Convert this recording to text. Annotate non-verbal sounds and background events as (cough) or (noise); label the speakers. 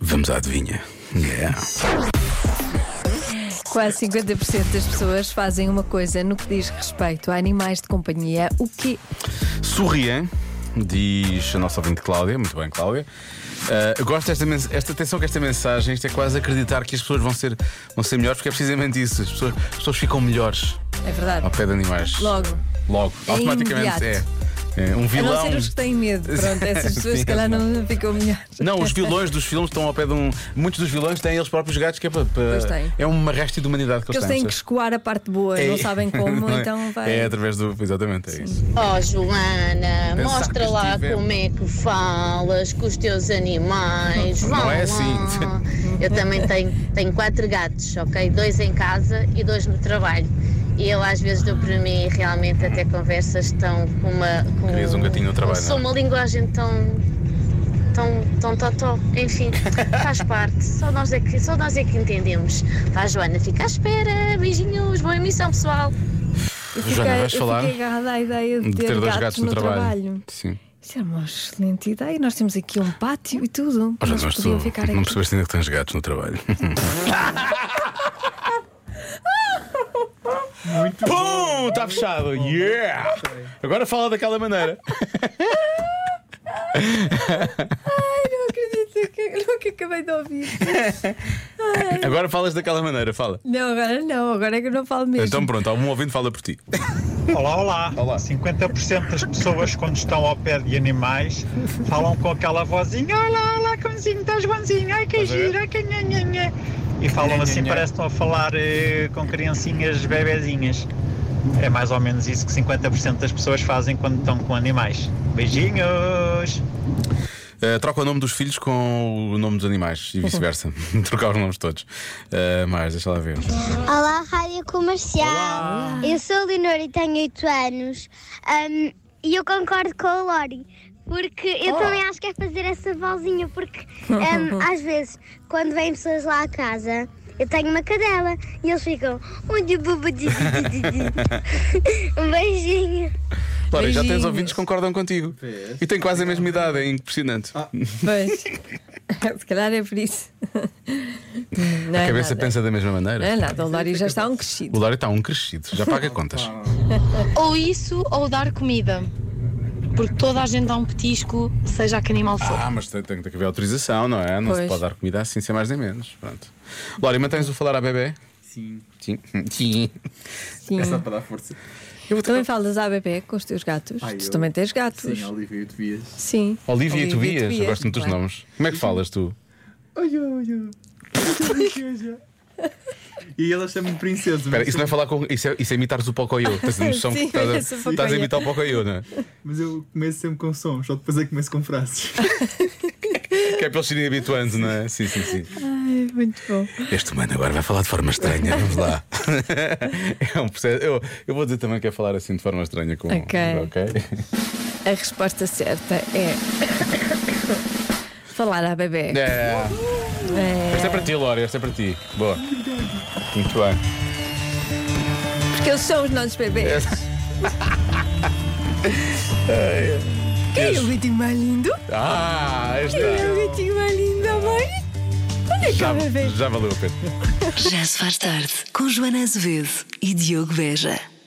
Speaker 1: Vamos à adivinha. Yeah.
Speaker 2: Quase 50% das pessoas fazem uma coisa no que diz respeito a animais de companhia. O quê?
Speaker 1: Sorriem, diz a nossa ouvinte Cláudia. Muito bem, Cláudia. Ah, eu gosto desta mens- esta atenção que esta mensagem, isto é quase acreditar que as pessoas vão ser, vão ser melhores, porque é precisamente isso. As pessoas, as pessoas ficam melhores
Speaker 2: É verdade.
Speaker 1: ao pé de animais.
Speaker 2: Logo.
Speaker 1: Logo.
Speaker 2: É
Speaker 1: Automaticamente é.
Speaker 2: imediato.
Speaker 1: É, Um
Speaker 2: A não
Speaker 1: vilão.
Speaker 2: ser os que têm medo.
Speaker 1: (laughs)
Speaker 2: Pronto, essas pessoas se calhar não ficam melhores.
Speaker 1: Não, os vilões dos filmes estão ao pé de um. Muitos dos vilões têm eles próprios gatos, que é, para,
Speaker 2: Pois têm.
Speaker 1: é uma resta de humanidade que
Speaker 2: Porque
Speaker 1: eles
Speaker 2: eles
Speaker 1: têm.
Speaker 2: têm que escoar a parte boa,
Speaker 1: É-
Speaker 2: não sabem
Speaker 1: (laughs)
Speaker 2: como,
Speaker 1: Não é?
Speaker 2: então vai.
Speaker 1: É através do. Exatamente, é isso.
Speaker 3: Oh Joana,
Speaker 1: Pensar que
Speaker 3: mostra lá
Speaker 1: estivemos.
Speaker 3: como é que falas com os teus animais.
Speaker 1: Não
Speaker 3: Vão
Speaker 1: é
Speaker 3: lá.
Speaker 1: assim.
Speaker 3: (laughs) Eu também tenho, tenho quatro gatos, ok? Dois em casa e dois no trabalho. E eu às vezes dou para mim e realmente até conversas estão com uma. Com,
Speaker 1: Querias um gatinho no trabalho,
Speaker 3: Sou
Speaker 1: não
Speaker 3: uma linguagem tão. Tão, tão totó,
Speaker 1: (laughs)
Speaker 3: enfim, faz parte, só nós, é que, só nós é que entendemos. Vá, Joana, fica à espera, beijinhos, boa emissão, pessoal.
Speaker 2: Eu
Speaker 1: Joana,
Speaker 2: fiquei,
Speaker 1: vais
Speaker 2: eu
Speaker 1: falar?
Speaker 2: fiquei agarrada à ideia de ter, gatos, no, trabalho.
Speaker 1: Sim.
Speaker 2: Isso era uma excelente ideia. Nós temos aqui um pátio e tudo.
Speaker 1: Oh, já
Speaker 2: Nós
Speaker 1: não,
Speaker 2: podiam
Speaker 1: estou,
Speaker 2: ficar
Speaker 1: não
Speaker 2: aqui.
Speaker 1: percebeste ainda que tens gatos no trabalho. Muito Pum! Está fechado! Yeah! Agora fala daquela
Speaker 2: (laughs)
Speaker 1: maneira.
Speaker 2: Não acredito que, (laughs) no que acabei de ouvir.
Speaker 1: Agora falas daquela maneira, fala.
Speaker 2: Não, agora não, agora é que eu não falo mesmo.
Speaker 1: Então pronto, algum ouvinte fala por ti.
Speaker 4: Olá, olá,
Speaker 1: Olá.
Speaker 4: 50% das pessoas, quando estão ao pé de animais, falam com aquela vozinha: Olá, olá, cãozinho, estás bonzinho, ai que
Speaker 1: Estás a ver?
Speaker 4: giro, ai que nha, nha, nha." E falam assim, parece que estão a falar eh, com criancinhas bebezinhas. É mais ou menos isso que 50% das pessoas fazem quando estão com animais. Beijinhos!
Speaker 1: Uh, troca o nome dos filhos com o nome dos animais e
Speaker 2: (laughs)
Speaker 1: vice-versa. Trocar os nomes todos. Uh, mais, deixa lá ver.
Speaker 5: Olá, Rádio Comercial. Eu sou a Leonor e tenho 8 anos. Ahm, e eu concordo com a Lori, porque eu também acho que é fazer essa vozinha, porque ahm, às vezes, quando vêm pessoas lá à casa, eu tenho uma cadela e eles ficam. "Onde bubu di- di- di- di?" Um beijinho.
Speaker 1: Claro, já tens
Speaker 2: Beijinhos.
Speaker 1: ouvintes que concordam contigo. E tem quase a mesma idade, é impressionante.
Speaker 2: Pois. (laughs) Se calhar é
Speaker 1: (laughs)
Speaker 2: por isso. Não
Speaker 1: a
Speaker 2: é
Speaker 1: cabeça
Speaker 2: nada.
Speaker 1: pensa da mesma maneira.
Speaker 2: Não é nada, o Lório já está um crescido.
Speaker 1: O Lório está um crescido, já paga contas.
Speaker 6: Ou isso, ou dar comida. Porque toda a gente dá um petisco, seja a que animal for.
Speaker 1: Ah, mas tem, tem que haver autorização, não é? Não se
Speaker 2: Pois.
Speaker 1: pode dar comida assim, sem mais nem menos. Pronto. Lória, mantens o falar à bebê?
Speaker 7: Sim,
Speaker 1: Sim. Sim.
Speaker 2: Sim.
Speaker 7: é só para dar força.
Speaker 1: Eu vou
Speaker 2: Também falas à bebê com os teus gatos.
Speaker 7: Ai,
Speaker 2: tu
Speaker 7: eu-
Speaker 2: também tens gatos.
Speaker 7: Sim, Olivia e Tobias.
Speaker 2: Sim.
Speaker 1: Olivia e Tobias, eu gosto muito dos
Speaker 2: claro.
Speaker 1: nomes. Como é que falas tu?
Speaker 7: (laughs) Oi, oi, oi. Oi, oi, oi. E ela chama-me princesa.
Speaker 1: Espera,
Speaker 7: mas,
Speaker 1: isso não é falar com. Isso é, isso é imitares o Pocoyo. Tens a noção
Speaker 2: (laughs) Sim,
Speaker 1: que estás
Speaker 2: parece
Speaker 1: a,
Speaker 2: o Pocoyo.
Speaker 1: estás a imitar o Pocoyo, não é?
Speaker 7: mas eu começo sempre com sons, só depois é que começo com frases.
Speaker 1: Que é para eles serem habituando, não é? Sim, sim, sim.
Speaker 2: Ai, muito bom.
Speaker 1: Este humano agora vai falar de forma estranha, vamos lá. (laughs) É um processo. Eu, eu vou dizer também que é falar assim de forma estranha com.
Speaker 2: Ok.
Speaker 1: ok? (laughs)
Speaker 2: A resposta certa é. (coughs) falar à bebê.
Speaker 1: É. Esta é para ti, Lória, esta é para ti. Boa. Muito bem.
Speaker 2: Porque eles são os nossos bebês. Quem é o gatinho mais lindo?
Speaker 1: Ah, esta.
Speaker 2: Quem é o gatinho mais lindo, mãe? Onde é que é
Speaker 1: Já,
Speaker 2: o bebê?
Speaker 1: já valeu a pena.
Speaker 8: Já se faz tarde com Joana Azevedo e Diogo Beja.